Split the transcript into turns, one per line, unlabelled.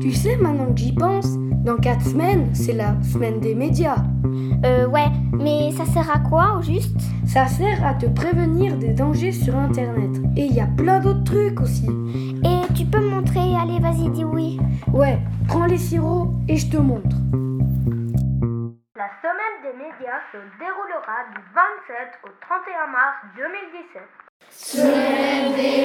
Tu sais, maintenant que j'y pense, dans 4 semaines, c'est la semaine des médias.
Euh, ouais, mais ça sert à quoi, au juste
Ça sert à te prévenir des dangers sur Internet. Et il y a plein d'autres trucs aussi.
Et tu peux me montrer Allez, vas-y, dis oui.
Ouais, prends les sirops et je te montre.
La semaine des médias se déroulera du 27 au 31 mars 2017.
Semaine des